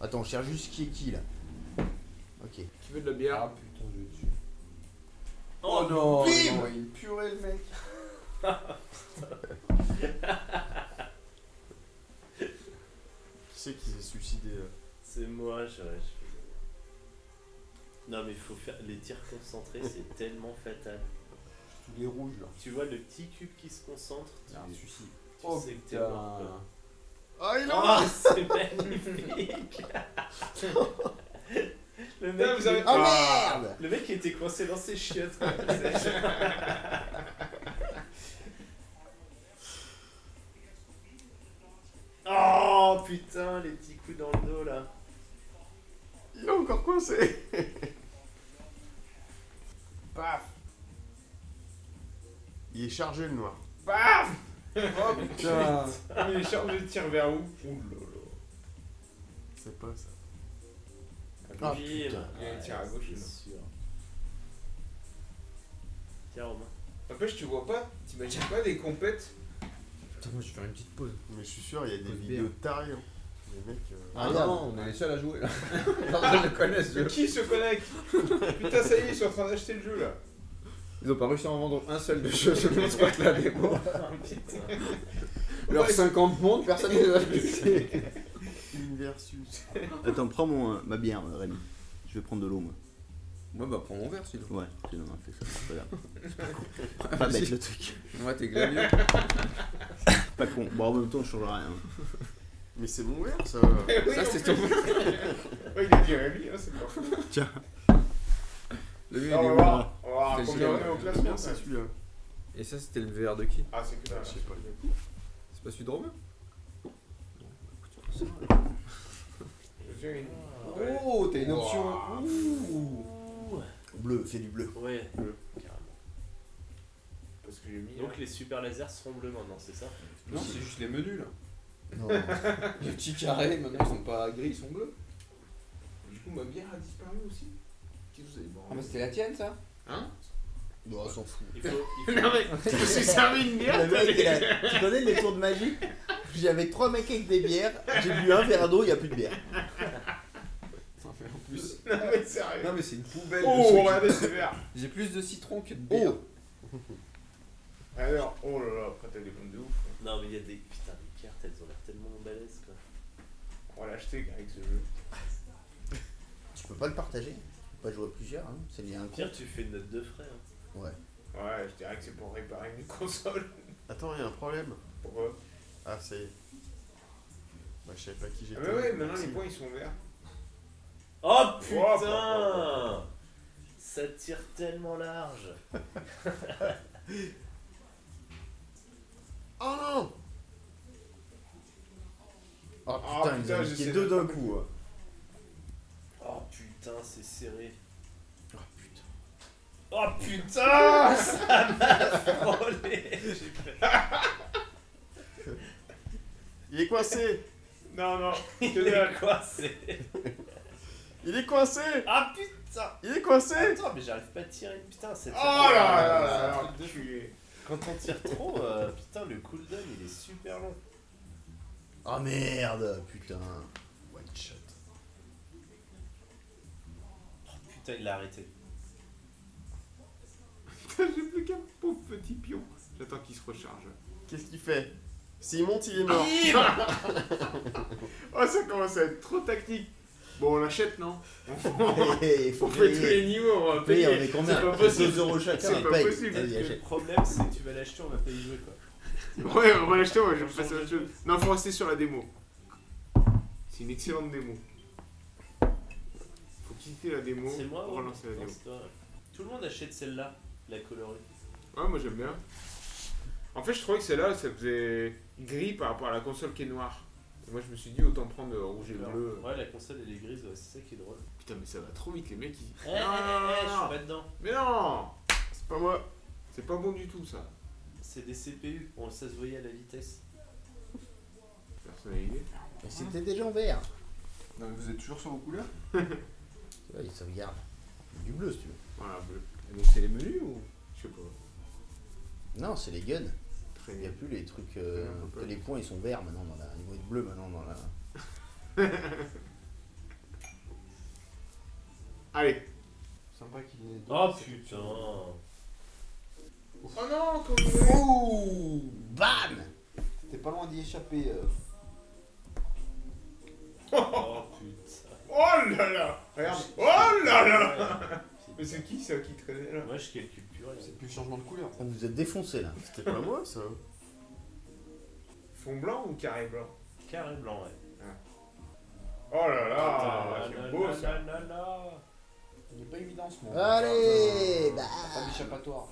S1: Attends, je cherche juste qui est qui là. Ok.
S2: Tu veux de la bière
S4: Ah putain, je vais dessus.
S5: Oh
S4: non
S1: Bim
S4: non, Il purée le mec
S7: Qui c'est qui s'est suicidé euh
S5: C'est moi, je, je Non mais il faut faire les tirs concentrés, c'est tellement fatal.
S4: Tous les rouges là.
S5: Tu vois le petit cube qui se concentre, tu,
S4: C'est un suicide.
S5: tu
S4: Oh
S5: sais que t'es mort.
S4: putain.
S5: quoi.
S7: Ah, il en
S5: Oh, c'est magnifique. le mec,
S4: vous avez- Ah,
S1: Oh merde
S5: le mec était coincé dans ses chiottes. quoi. oh putain, les petits coups dans le dos là.
S7: Il a encore coincé
S4: Paf
S7: Il est chargé le noir.
S4: Paf Oh putain Il est chargé de tir vers où
S7: C'est pas ça.
S1: Ah,
S5: Bim.
S1: putain.
S4: Il y a un tir à
S5: Ouais,
S4: gauche,
S5: c'est
S4: là.
S5: sûr. Tiens Romain.
S4: N'empêche, tu vois pas T'imagines pas des compètes Putain, moi je vais faire une petite pause.
S7: Mais je suis sûr, il y a des
S4: Pose
S7: vidéos de tarés. hein. Les mecs. euh,
S1: Ah non,
S4: on est les seuls à jouer là. Personne ne connaît ce jeu. Qui se connecte Putain, ça y est, ils sont en train d'acheter le jeu là. Ils ont pas réussi à en vendre un seul de jeu sur le squat la démo. Leurs 50 mondes, personne ne les a achetés.
S7: Team versus.
S6: Attends, prends mon, euh, ma bière, euh, Rémi. Je vais prendre de l'eau, moi.
S4: Moi bah prends mon verre sinon.
S6: Ouais, j'ai la main, fais ça. C'est pas grave. C'est pas con. Pas bête le truc.
S4: Ouais, t'es glavion.
S6: Pas con. Bon, en même temps, je changera rien. hein.
S7: Mais c'est mon verre ça.
S4: Ça c'est ton verre.
S10: Ouais, il est bien Rémi, hein, c'est bon.
S4: Le
S10: Ah, on va voir, on va voir
S4: C'est
S10: combien on
S4: génial.
S10: est au
S7: C'est bien
S10: classement.
S7: c'est
S10: ça.
S7: celui-là.
S4: Et ça c'était le verre de qui
S10: Ah, c'est que
S7: Ah,
S10: dalle.
S7: Je sais pas.
S4: C'est pas celui de Romain
S10: Je veux dire, il-
S4: Oh, t'as une option. Ouh.
S1: Bleu, fais du bleu.
S5: Ouais, carrément.
S10: Parce que j'ai mis.
S5: Donc les super lasers seront bleus maintenant, c'est ça
S4: Non, c'est juste les menus là.
S1: Non.
S4: Les petits carrés, maintenant ils sont pas gris, ils sont bleus. Du coup, ma bière a disparu aussi. Qu'est-ce que vous avez boire
S1: Ah, mais c'était la tienne ça
S4: Hein
S1: Bon, on s'en fout.
S5: Il faut, il
S10: hein.
S5: faut-
S2: Non mais, je me suis servi une bière.
S1: Le mec, il a- Tu connais les tours de magie J'avais trois mecs avec des bières, j'ai bu un verre d'eau, il n'y a plus de bière.
S4: Putain, mais en plus.
S10: Non, mais sérieux.
S4: Non, mais c'est une poubelle. de
S10: Oh,
S4: ceux qui-
S10: regardez ces verres.
S4: J'ai plus de citron
S1: Oh.
S4: que de
S6: Oh.
S4: bière.
S10: Alors, oh là là, après t'as des comptes de ouf.
S5: Non mais il y a des... Putain, les cartes, elles ont l'air tellement balèzes quoi.
S10: On va l'acheter avec ce jeu.
S1: Tu peux pas le partager Tu peux pas jouer à plusieurs, hein. c'est lié à un compte.
S5: Pierre, tu fais une note de frais. Hein.
S10: Ouais, je dirais que c'est pour réparer une console.
S7: Attends, il y a un problème.
S10: Pourquoi
S7: Ah, ça y est. Bah, je savais pas
S10: Ah,
S7: qui j'étais.
S10: mais ouais, maintenant
S7: Merci.
S10: les points ils sont verts.
S5: Oh
S10: Oh, bah,
S5: putain Ça tire tellement large
S7: Oh non
S1: Oh
S10: Ah,
S1: putain, ils
S10: putain,
S1: ont
S10: je
S1: niqué
S10: sais
S1: deux
S10: pas.
S1: d'un coup. hein.
S5: Oh putain, c'est serré
S1: Oh putain.
S5: Oh putain Ça m'a frôlé
S7: Il est coincé
S10: Non, non,
S5: Il
S10: que dalle.
S5: est coincé
S7: Il est coincé
S5: Ah putain
S7: Il est coincé
S5: Attends, mais j'arrive pas à tirer. Putain, cette...
S10: Oh là là là là, enculé.
S5: Quand on tire trop, euh, putain, le cooldown, il est super long.
S1: Oh merde, putain. One shot.
S5: Putain, il l'a arrêté.
S2: J'ai plus qu'un pauvre petit pion. J'attends qu'il se recharge.
S7: Qu'est-ce qu'il fait S'il monte, il est mort.
S10: Oh, ça commence à être trop tactique. Bon, on l'achète, non
S1: Il faut
S10: On fait tous
S1: payer.
S10: les niveaux, on va
S1: Payer,
S10: payer.
S1: on est combien
S10: C'est pas possible.
S1: 2 euros chacun,
S10: C'est
S1: ils
S10: pas
S1: payent.
S10: possible.
S1: Vas-y,
S5: Le
S1: achète.
S5: problème, c'est que tu vas l'acheter, on va pas y jouer quoi.
S10: Ouais, on va l'acheter, on va passer à autre chose. Non, faut rester sur la démo. C'est une excellente démo.
S2: Utilisez la démo
S5: C'est moi
S2: pour
S5: ouais.
S2: relancer la
S5: Non,
S2: démo.
S5: c'est toi. Tout le monde achète celle-là, la colorée.
S2: Ouais, moi j'aime bien. En fait, je trouvais que celle-là, ça faisait gris par rapport à la console qui est noire. Et moi, je me suis dit, autant prendre euh, rouge et bleu.
S5: Ouais, la console elle est grise, ouais, c'est ça qui est drôle.
S2: Putain, mais ça va trop vite, les mecs. Ils...
S5: Eh, eh, eh, eh, je suis pas dedans.
S2: Mais non C'est pas moi. C'est pas bon du tout, ça.
S5: C'est des CPU, on, ça se voyait à la vitesse.
S2: Personnalisé.
S1: Mais c'était déjà en vert.
S4: Non, mais vous êtes toujours sur vos couleurs
S1: Tu vois, il sauvegarde. Du bleu, si tu veux.
S2: Voilà, bleu.
S4: Et donc c'est les menus ou
S2: Je sais pas.
S1: Non, c'est les guns.
S2: Très
S1: Il n'y
S2: bien.
S1: a plus les trucs. euh,
S2: Ouais, on peut pas.
S1: les points, ils sont verts maintenant. Dans la... Ils vont être bleus maintenant. Dans la...
S2: Allez.
S4: Sympa qu'il ait.
S5: Oh putain
S2: Oh non, comme
S1: Ouh Bam
S4: T'es pas loin d'y échapper. euh.
S5: Oh putain
S2: Oh là là Regarde. Oh là là Mais c'est qui, ça, qui traînait, là
S5: Moi je calcule plus rien.
S4: C'est plus le changement de couleur.
S1: On vous êtes défoncé là.
S7: C'était pas moi ça.
S2: Fond blanc ou carré blanc
S5: Carré blanc, ouais.
S2: Oh là là C'est beau, ça.
S4: Il est pas évident ce moment.
S1: Allez Bah
S4: Ah, Pas d'échappatoire.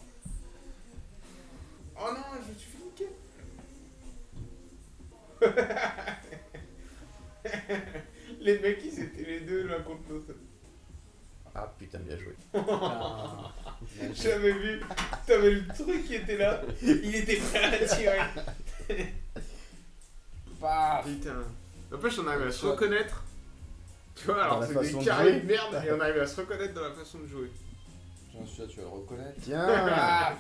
S2: Oh non, je me suis fait niquer. les mecs, ils étaient les deux l'un contre l'autre.
S1: Ah putain, bien joué.
S4: Ah.
S2: J'avais vu, t'avais le truc qui était là, il était prêt à tirer.
S1: Ah,
S10: Ah,
S4: Paf
S2: Putain. N'empêche, on arrive à se reconnaître. Tu vois, alors
S1: la
S2: c'est
S1: façon
S2: des
S1: de
S2: carrés
S1: jouer.
S2: de merde, et on arrive à se reconnaître dans la façon de jouer.
S4: J'en suis là, tu vas le reconnaître.
S1: Tiens
S4: Ah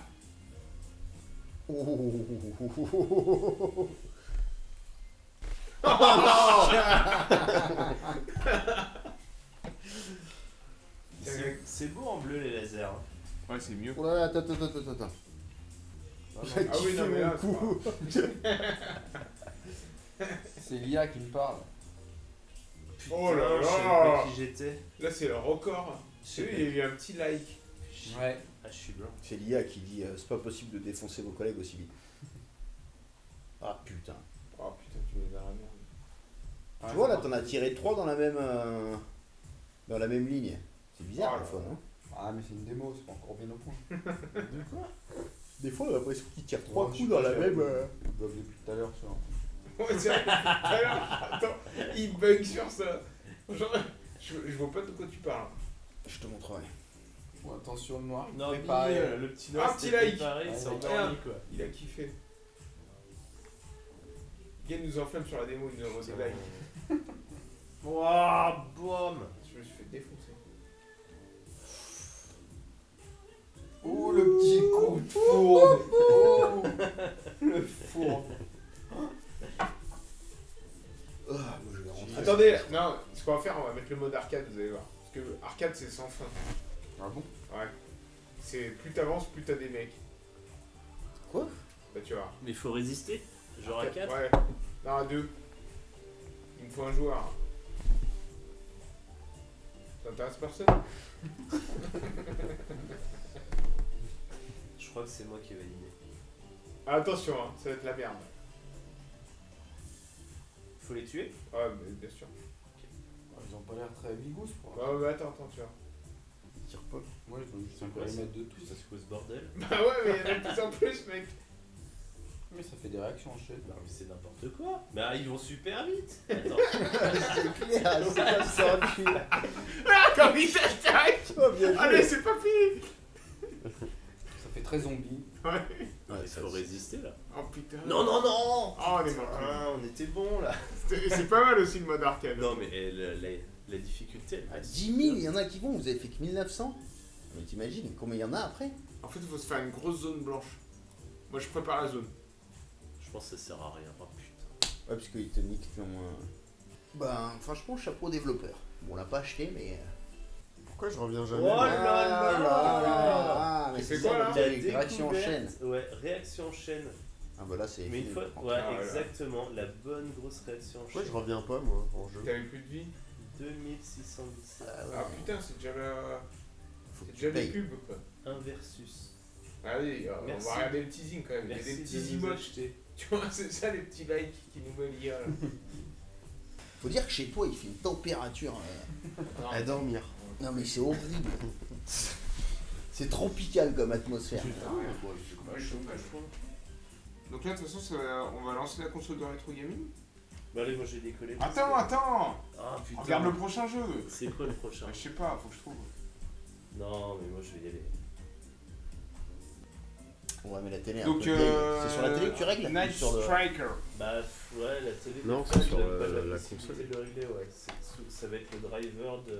S1: Oh
S5: C'est- C'est beau en bleu les lasers. hein.
S2: Ouais, c'est mieux.
S1: là là, attends, attends, attends, attends.
S4: Bah non,
S2: Ah oui, non, mais là, c'est
S1: coup.
S4: C'est l'IA qui me parle.
S5: Putain,
S2: Oh là
S5: Je savais
S2: là.
S5: pas qui j'étais.
S2: Là, c'est le record.
S5: Je
S2: Tu
S5: sais
S2: sais, il y a eu un petit like.
S5: pas.
S4: Ouais.
S5: Ah, je suis blanc.
S1: C'est l'IA qui dit euh, c'est pas possible de défoncer vos collègues aussi vite. Ah putain.
S2: Oh putain, tu m'as la merde.
S1: Tu vois là, t'en as tiré 3 dans la même. euh, dans la même ligne. C'est bizarre hein. des
S2: Oh là
S1: fois,
S2: là.
S1: non
S4: Ah, mais c'est une démo, c'est pas encore bien au point.
S1: Des fois, on a l'impression qu'ils tirent
S4: trois
S1: trois coups dans la même. euh,
S4: Ils doivent depuis tout à l'heure, tu vois.
S2: Ouais, c'est vrai. Alors, attends, il bug sur ça. Genre, je, je vois pas de quoi tu parles.
S1: Je te montrerai.
S4: Bon, attention, le noir.
S5: Non,
S4: mais
S5: Billy,
S4: pareil.
S5: euh, le petit
S2: Un
S5: noir,
S2: petit
S5: c'était
S2: like.
S5: Préparé, Ah, c'est
S4: Ouais,
S5: endormi quoi.
S2: Il a kiffé. Gain nous enflamme sur la démo, il nous envoie des likes.
S5: Wouah, boum
S2: Je me suis fait défoncer.
S4: Oh, le petit coup de fourne Oh, Le fourne
S1: Ah, moi je vais rentrer.
S2: Attendez, non, ce qu'on va faire, on va mettre le mode arcade, vous allez voir. Parce que arcade, c'est sans fin.
S4: Ah bon
S2: Ouais. C'est plus t'avances, plus t'as des mecs.
S1: Quoi
S2: Bah, tu vois.
S5: Mais faut résister. Genre à 4.
S2: Ouais. Non, à deux. Il me faut un joueur. Ça intéresse personne
S5: Je crois que c'est moi qui ai validé.
S2: Ah, Attention, hein, ça va être la merde.
S5: Faut les tuer
S2: Ouais, Ah, mais bien sûr.
S4: Ils ont pas l'air très amigos, ce point.
S2: Ouais, ouais, ouais, attends, attends, tu vois.
S1: Tire pas.
S4: Moi, ils ont juste
S5: C'est
S4: un
S5: quoi, ça
S4: périmètre de tout.
S5: Ça se cause bordel.
S2: Bah ouais, mais il y en a de plus en plus, mec.
S4: Mais ça fait des réactions en chaîne.
S5: Non, mais c'est n'importe quoi. Bah, ils vont super vite. Attends.
S1: Ah, C'est clair, c'est comme ça, tu-
S2: Ah, comme il s'attaque
S1: Oh, bien joué.
S2: Allez, Ah, c'est pas fini
S4: Ça fait très zombie.
S2: Ouais.
S5: Non, mais
S1: ça,
S5: faut
S1: c'est-
S5: résister là.
S2: Oh putain.
S5: Non, non, non
S2: Oh, on est mort.
S5: Ah, on était bon là.
S2: C'est c'est pas mal aussi le mode arcade.
S5: Non, mais eh, le- la, la difficulté. elle
S1: Ah,
S5: passe
S1: 10 000, il y en a qui vont, vous avez fait que 1900. Mais t'imagines combien il y en a après
S2: En fait, il faut se faire une grosse zone blanche. Moi, je prépare la zone.
S5: Je pense que ça sert à rien. Oh putain.
S1: Ouais, parce qu'ils te niquent ton. euh, Ben, franchement, chapeau aux développeurs. Bon, on l'a pas acheté, mais. euh,
S7: Pourquoi je reviens jamais
S5: Oh
S7: moi
S5: là là
S1: ah, mais
S2: Tu
S1: c'est
S2: fais
S1: ça,
S2: quoi, là
S1: le
S5: La
S1: truc, réaction en chaîne.
S5: découverte- Ouais, réaction en chaîne.
S1: Ah, bah là, c'est.
S5: Mais
S1: fini.
S5: une fois, ouais,
S2: Ah, voilà.
S5: exactement, la bonne grosse réaction. en
S7: Pourquoi je
S5: chaîne.
S7: reviens pas moi en jeu
S2: T'avais plus de vie
S5: 2617.
S1: Ah, ouais.
S2: Ah putain, c'est déjà la...
S1: Faut
S2: C'est
S1: que
S2: déjà
S1: tu
S2: des
S1: payes.
S2: pubs, quoi.
S5: Un versus.
S2: Allez, euh, on
S5: Merci.
S2: va regarder le teasing, quand même. Il y a
S5: Merci
S2: des petits
S5: de nous
S2: emotes.
S5: acheter.
S2: Tu vois, c'est ça, les petits likes qui nous mettent l'IA, là.
S1: Faut dire que chez toi, il fait une température. euh,
S2: Non,
S7: À dormir.
S2: on
S1: Non mais c'est horrible. C'est tropical comme atmosphère.
S2: Ah, Donc là, de toute façon, ça va- on va lancer la console de rétro gaming.
S5: Bah allez, moi j'ai décollé.
S2: Attends, attends
S5: Ah putain
S2: Regarde le prochain jeu
S5: C'est quoi le prochain
S2: Je sais pas, faut que je trouve.
S5: Non, mais moi je vais y aller.
S1: On va mettre la télé. un
S2: Donc,
S1: peu.
S2: euh,
S1: C'est sur la télé que tu règles
S2: Night
S1: ou sur le-
S2: Striker.
S5: Bah f- ouais, la télé.
S7: Non,
S5: comme
S7: c'est
S5: ça,
S7: sur
S5: j'ai
S7: la-
S5: pas
S7: la- la
S5: possibilité
S7: console.
S5: de le régler, ouais. C'est- sous- Ça va être le driver de.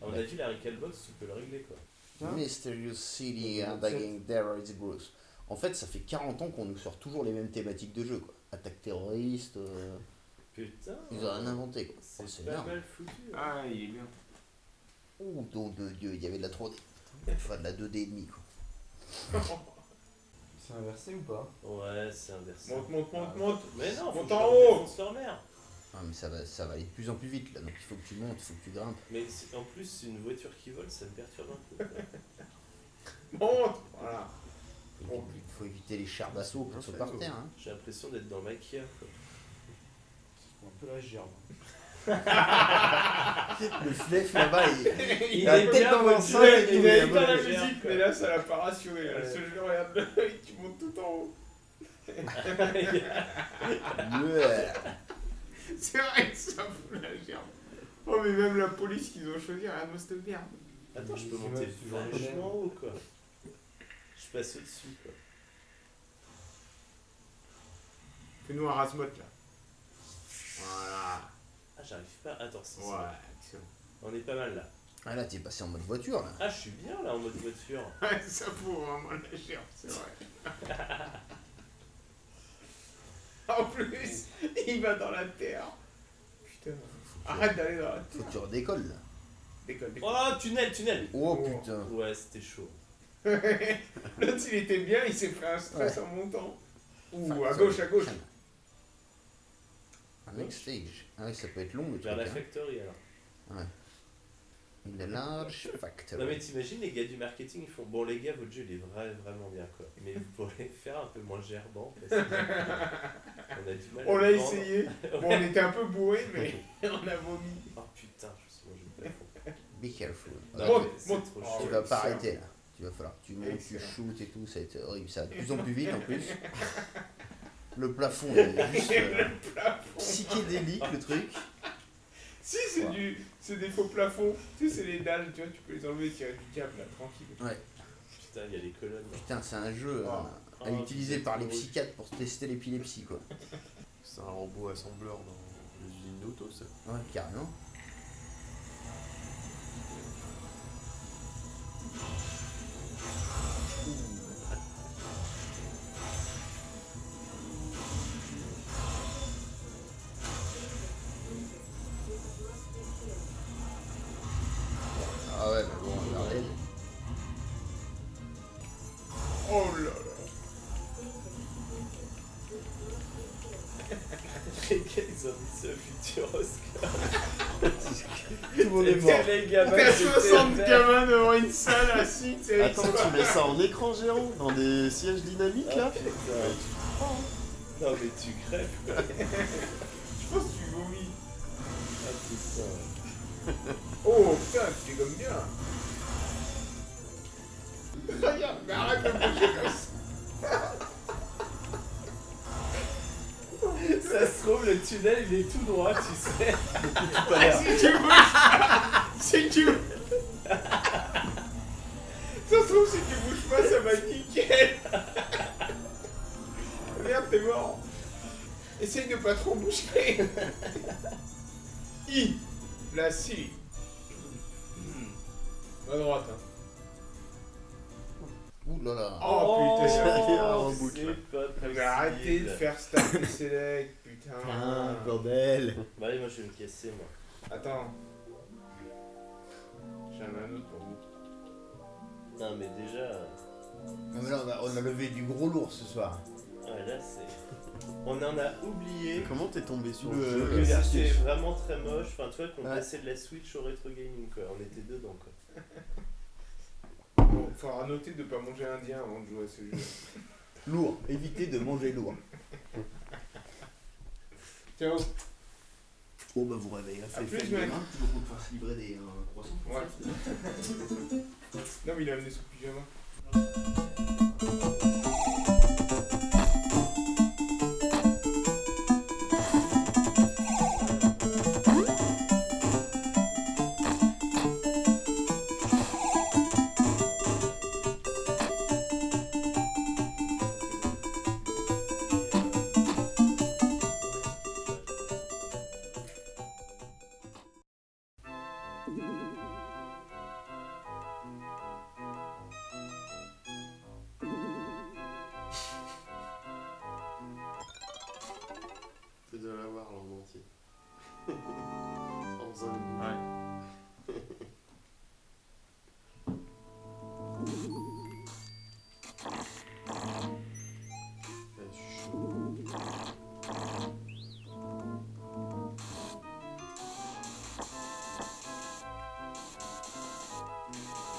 S5: À mon
S1: Ouais.
S5: avis, la Recalbox, tu peux le régler quoi.
S1: Mysterious City and Again There is Bruce. En fait, ça fait 40 ans qu'on nous sort toujours les mêmes thématiques de jeu. Quoi. Attaque terroriste, euh,
S5: Putain
S1: ils ont rien inventé. quoi. Oh, C'est
S5: C'est pas
S1: énorme.
S5: mal foutu. hein.
S2: Ah, il est bien.
S1: Ouh, don de Dieu, il y avait de la 3D. Enfin, de la 2D et demi. Quoi.
S4: C'est inversé ou pas
S5: Ouais, c'est inversé.
S2: Monte, monte, monte,
S5: Ah,
S2: monte.
S5: Mais non, faut
S2: Monte
S5: que
S2: en
S5: je
S2: haut.
S5: remonte sur mer.
S1: Ah, mais ça va, ça va aller de plus en plus vite là. Donc il faut que tu montes, il faut que tu grimpes.
S5: Mais c'est- en plus, c'est une voiture qui vole, ça me perturbe un peu. quoi.
S2: Monte Voilà.
S1: Il faut, faut éviter les chars d'assaut pour se par terre. hein.
S5: J'ai l'impression d'être dans Maquia quoi.
S4: Un peu la gerbe.
S1: Le flef là-bas, il-
S2: Il
S1: a peut-être dans votre salle et tout,
S2: Il
S1: mais
S2: n'avait
S1: bon,
S2: pas la
S5: je gère,
S2: musique,
S5: quoi.
S2: mais là, ça l'a pas rassuré. là.
S5: Ouais.
S2: Ce jeu, regarde, tu montes tout en haut.
S1: Ouais.
S2: C'est vrai que ça fout la gerbe. Oh, mais même la police qu'ils ont choisie, regarde-moi cette merde.
S5: Attends, je peux
S4: C'est
S5: monter
S4: vrai, c'est toujours
S5: vachement
S4: le même.
S5: haut quoi. Je passe au-dessus quoi.
S2: Fais-nous un rasmote là. Voilà.
S5: Ah, j'arrive pas. Attends, c'est ça.
S2: Ouais, excellent.
S5: On est pas mal là.
S1: Ah là, t'es passé en mode voiture là.
S5: Ah, je suis bien là en mode voiture.
S2: Ouais, ça fout vraiment la gerbe, c'est vrai. en plus, il va dans la terre. Putain. Arrête d'aller dans la
S1: Faut que
S2: terre.
S1: tu redécolles là.
S2: Décolle, décolle.
S5: Oh, tunnel, tunnel
S1: Oh
S2: Oh.
S1: putain.
S5: Ouais, c'était chaud.
S2: L'autre, il était bien, il s'est pris un stress en montant. Ouh, à gauche, à gauche.
S1: Un next stage. Ah ouais, ça peut être long le
S5: Vers
S1: truc.
S5: la
S1: hein.
S5: factory alors.
S1: The large
S5: Non mais
S1: factory.
S5: t'imagines les gars du marketing ils font bon les gars votre jeu il est vrai, vraiment bien quoi mais vous pourrez faire un peu moins gerbant parce que on a du mal à
S2: On l'a
S5: le vendre.
S2: essayé. Bon, on était un peu bourré, mais on a vomi.
S5: oh putain je suis mangé de plafond
S1: Be careful.
S5: Non,
S1: Ouais.
S2: Monte,
S5: mais c'est
S2: monte.
S5: trop
S2: Oh,
S1: Tu
S5: chaud
S1: vas pas
S2: Excellent.
S1: arrêter là. Tu vas falloir. que Tu montes, tu
S2: Excellent.
S1: shootes et tout, ça va être horrible. Ça va de plus en plus vite en plus. Le plafond il est juste euh, psychédélique le truc.
S2: Si, c'est
S1: Ouais.
S2: du, c'est des faux plafonds. Tu sais, c'est les dalles, tu vois, tu peux les enlever, tirer du câble, là, tranquille.
S5: putain il y a les colonnes
S1: Putain, c'est un jeu
S2: Oh.
S1: à, à
S5: Ah,
S1: utiliser par les
S5: putain,
S1: psychiatres pour tester l'épilepsie quoi.
S7: C'est un robot assembleur dans les usines d'auto, ça.
S1: Ouais, carrément. Ah ouais, mais bon, regardez.
S2: Oh là là.
S5: les gars ils ont mis ce futur Oscar
S1: Tout le monde est mort.
S5: les bah, gamins
S2: T'as
S5: j'étais
S2: 60
S5: vert.
S2: gamins devant une salle assis, tu sais.
S7: Attends, tu mets ça en écran géant, dans des sièges dynamiques,
S5: Ah,
S7: là
S5: putain, tu prends. non mais tu crèves quoi
S2: Je pense que tu vomis.
S5: ah putain
S2: Oh putain, tu comme bien. Regarde, mais arrête de bouger comme ça.
S5: ça se trouve le tunnel il est tout droit tu sais Ah,
S2: Si tu veux, si tu veux. Ça se trouve, si tu bouges pas, ça va être nickel. Regarde, t'es mort. Essaye de pas trop bouger. I. La si. À droite. hein.
S1: Ouh là là.
S2: Oh putain.
S7: Oh,
S5: c'est pas
S2: Mais
S5: possible.
S2: arrêtez de faire Star Select, putain.
S11: Ah, bordel.
S5: Bah allez, moi je vais me casser moi.
S2: Attends. J'en ai un autre pour vous.
S5: Non mais déjà, euh,
S1: Non, mais là, on a, on a levé du gros lourd ce soir.
S5: ouais, là c'est... On en a oublié
S7: Comment t'es tombé sur le
S5: le-
S7: jeu
S5: que
S7: là
S5: c'était vraiment très moche. Enfin tu vois qu'on
S1: Ouais.
S5: passait de la Switch au rétro gaming quoi, on était dedans quoi.
S2: Bon, faudra noter de pas manger indien avant de jouer à ce jeu.
S1: Lourd.
S2: oh.
S1: Évitez de manger lourd.
S2: Ciao.
S1: Bon, bah vous réveillez.
S12: À
S1: Faites
S12: plus,
S1: faites
S12: mec.
S1: demain, tu vas pouvoir se livrer des euh, croissants. pour
S12: Ouais.
S1: ça, c'est bien.
S12: Non, mais il a amené son pyjama.
S5: Tu dois l'avoir là en entier. en faisant le bout. Putain,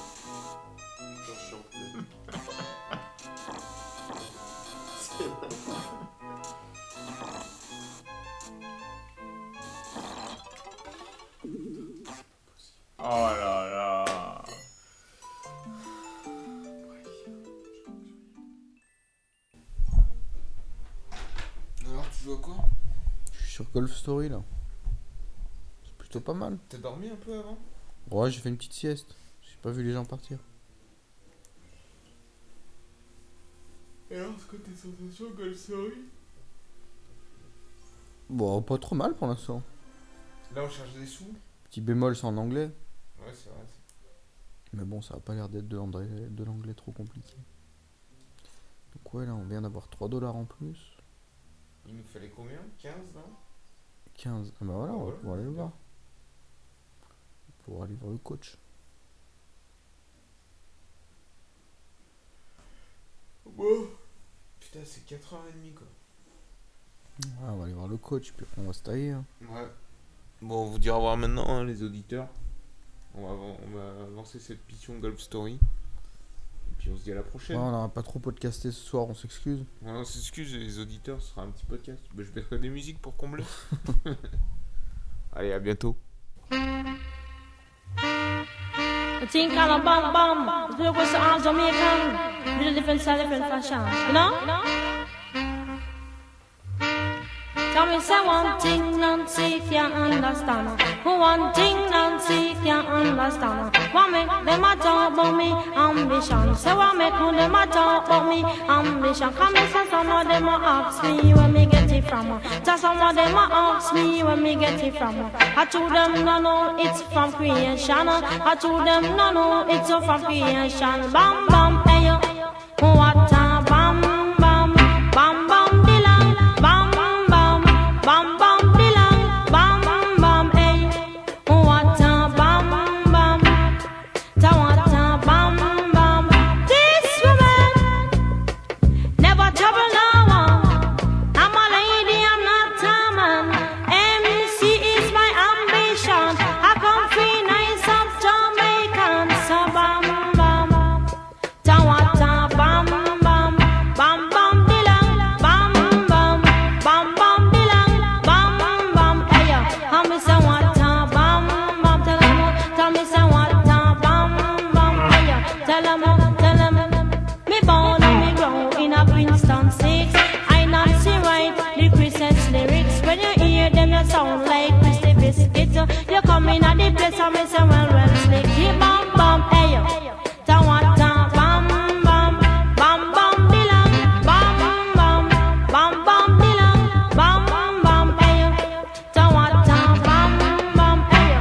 S5: je suis en pleurs. C'est n'importe quoi.
S12: Oh là là.
S2: Alors, tu joues à quoi
S4: Je suis sur Golf Story là. C'est plutôt pas mal.
S2: T'as dormi un peu avant
S4: Ouais, j'ai fait une petite sieste. J'ai pas vu les gens partir.
S12: Et alors, c'est quoi tes sensations, Gold Story
S4: Bon, pas trop mal pour l'instant.
S2: Là, on cherche des sous
S4: Petit bémol, c'est en anglais.
S2: Ouais, c'est vrai. c'est-
S4: Mais bon, ça a pas l'air d'être de l'anglais, de l'anglais trop compliqué. Donc ouais, là, on vient d'avoir 3 dollars en plus.
S2: Il nous fallait combien 15, non
S4: 15. Ah bah voilà,
S2: Ah,
S4: on va
S2: voilà,
S4: pouvoir aller le voir. Pour aller voir le coach.
S2: Wow. Putain, c'est 4h30 quoi.
S4: Ouais, Ah, on va aller voir le coach, puis après on va se tailler. hein.
S2: Ouais. Bon, on vous dit au revoir maintenant, hein, les auditeurs. On va, avan- on va avancer cette mission Golf Story. Et puis on se dit à la
S4: Ouais,
S2: prochaine.
S4: Ah, on n'aura pas trop podcasté ce soir, on s'excuse.
S2: Ouais, on s'excuse, les auditeurs, ce sera un petit podcast. Bah, je mettrai des musiques pour combler. Allez, à bientôt.
S13: Think on a bomb bomb. Little what's the arms Jamaican. Little different style, different fashion. You know? Tell me say one thing, Nancy can understand. Who one thing, Nancy can understand. What make them a talk about me ambition? Say what make who them a talk about me ambition? Come me say some of them a ask me where me get it from. Just some of them a ask me where me get it from. I told them no no, it's from creation. I told them no no, it's from creation. Bam bam, hey yo, what a bam bam, bam bam dilang, bam bam, bam bam dilang, bam bam, hey, what a bam bam, ta what a bam bam. This woman never trouble no one. I'm a lady, I'm not a man. MC is my ambition. I come free nice of Jamaican, so bam bam. Ta what a bam bam, bam bam dilang, bam bam, bam bam dilang, bam bam. Hey yo, how me say what a bam bam? Tell 'em, tell me say what a bam bam. Hey yo, tell 'em, tell 'em. Me born and me grow in a Princeton six. I Nancy right the Chris's lyrics. When you hear them, you sound like Christy Biscuit. You come in at the place and me say, well, well, slick. He bam bam, hey yo. Ta wa ta bam bam, bam bam dilang, bam bam, bam bam dilang, bam bam, hey yo. Ta wa ta bam bam, hey yo.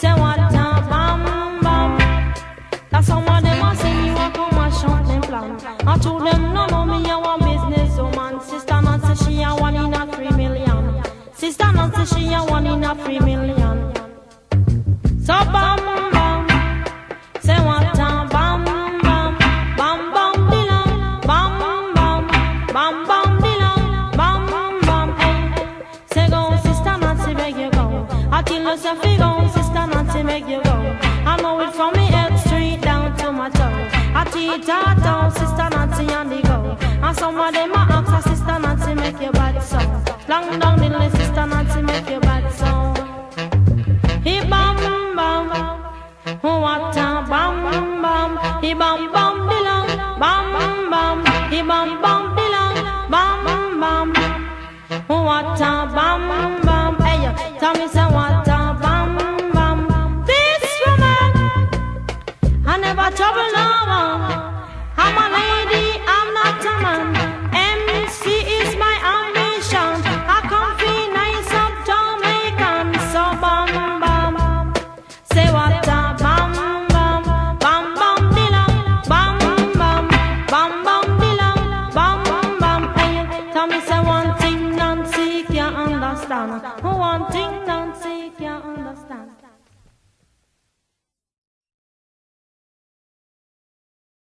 S13: Say wa ta bam bam. Now some of them are saying you are come and shut them plan. I told them no, no, me I want business woman. Sister Nancy, she a one in a three million. Sister Nancy, she a one in a three million. So bam bam, say what time bam bam, bam bam dilang, bam bam, bam bam dilang, bam bam, hey. Say go, sister Nancy, make you go. I tell you, say fi go, sister Nancy, make you go. I know it from me head straight down to my toe. I teach her down, sister Nancy on the go. And some of them a ask her, sister Nancy, make you bad so. Long down the list, sister Nancy, make you bad so. he bum bum. What a bum bum, he bum bum belong, bum bum, he bum bum belong, bum bum. What a bum bum, hey, tell me say what a bum bum. This woman, I never trouble no one. I'm a lady, I'm not a man. MC is my ambition. I come feel nice of Jamaican, so bum bum. Say what a bum bum, bum bum dilum, bum bum, bum bum dilum, bum bum. Hey, tell me say one thing, Nancy can't understand. One thing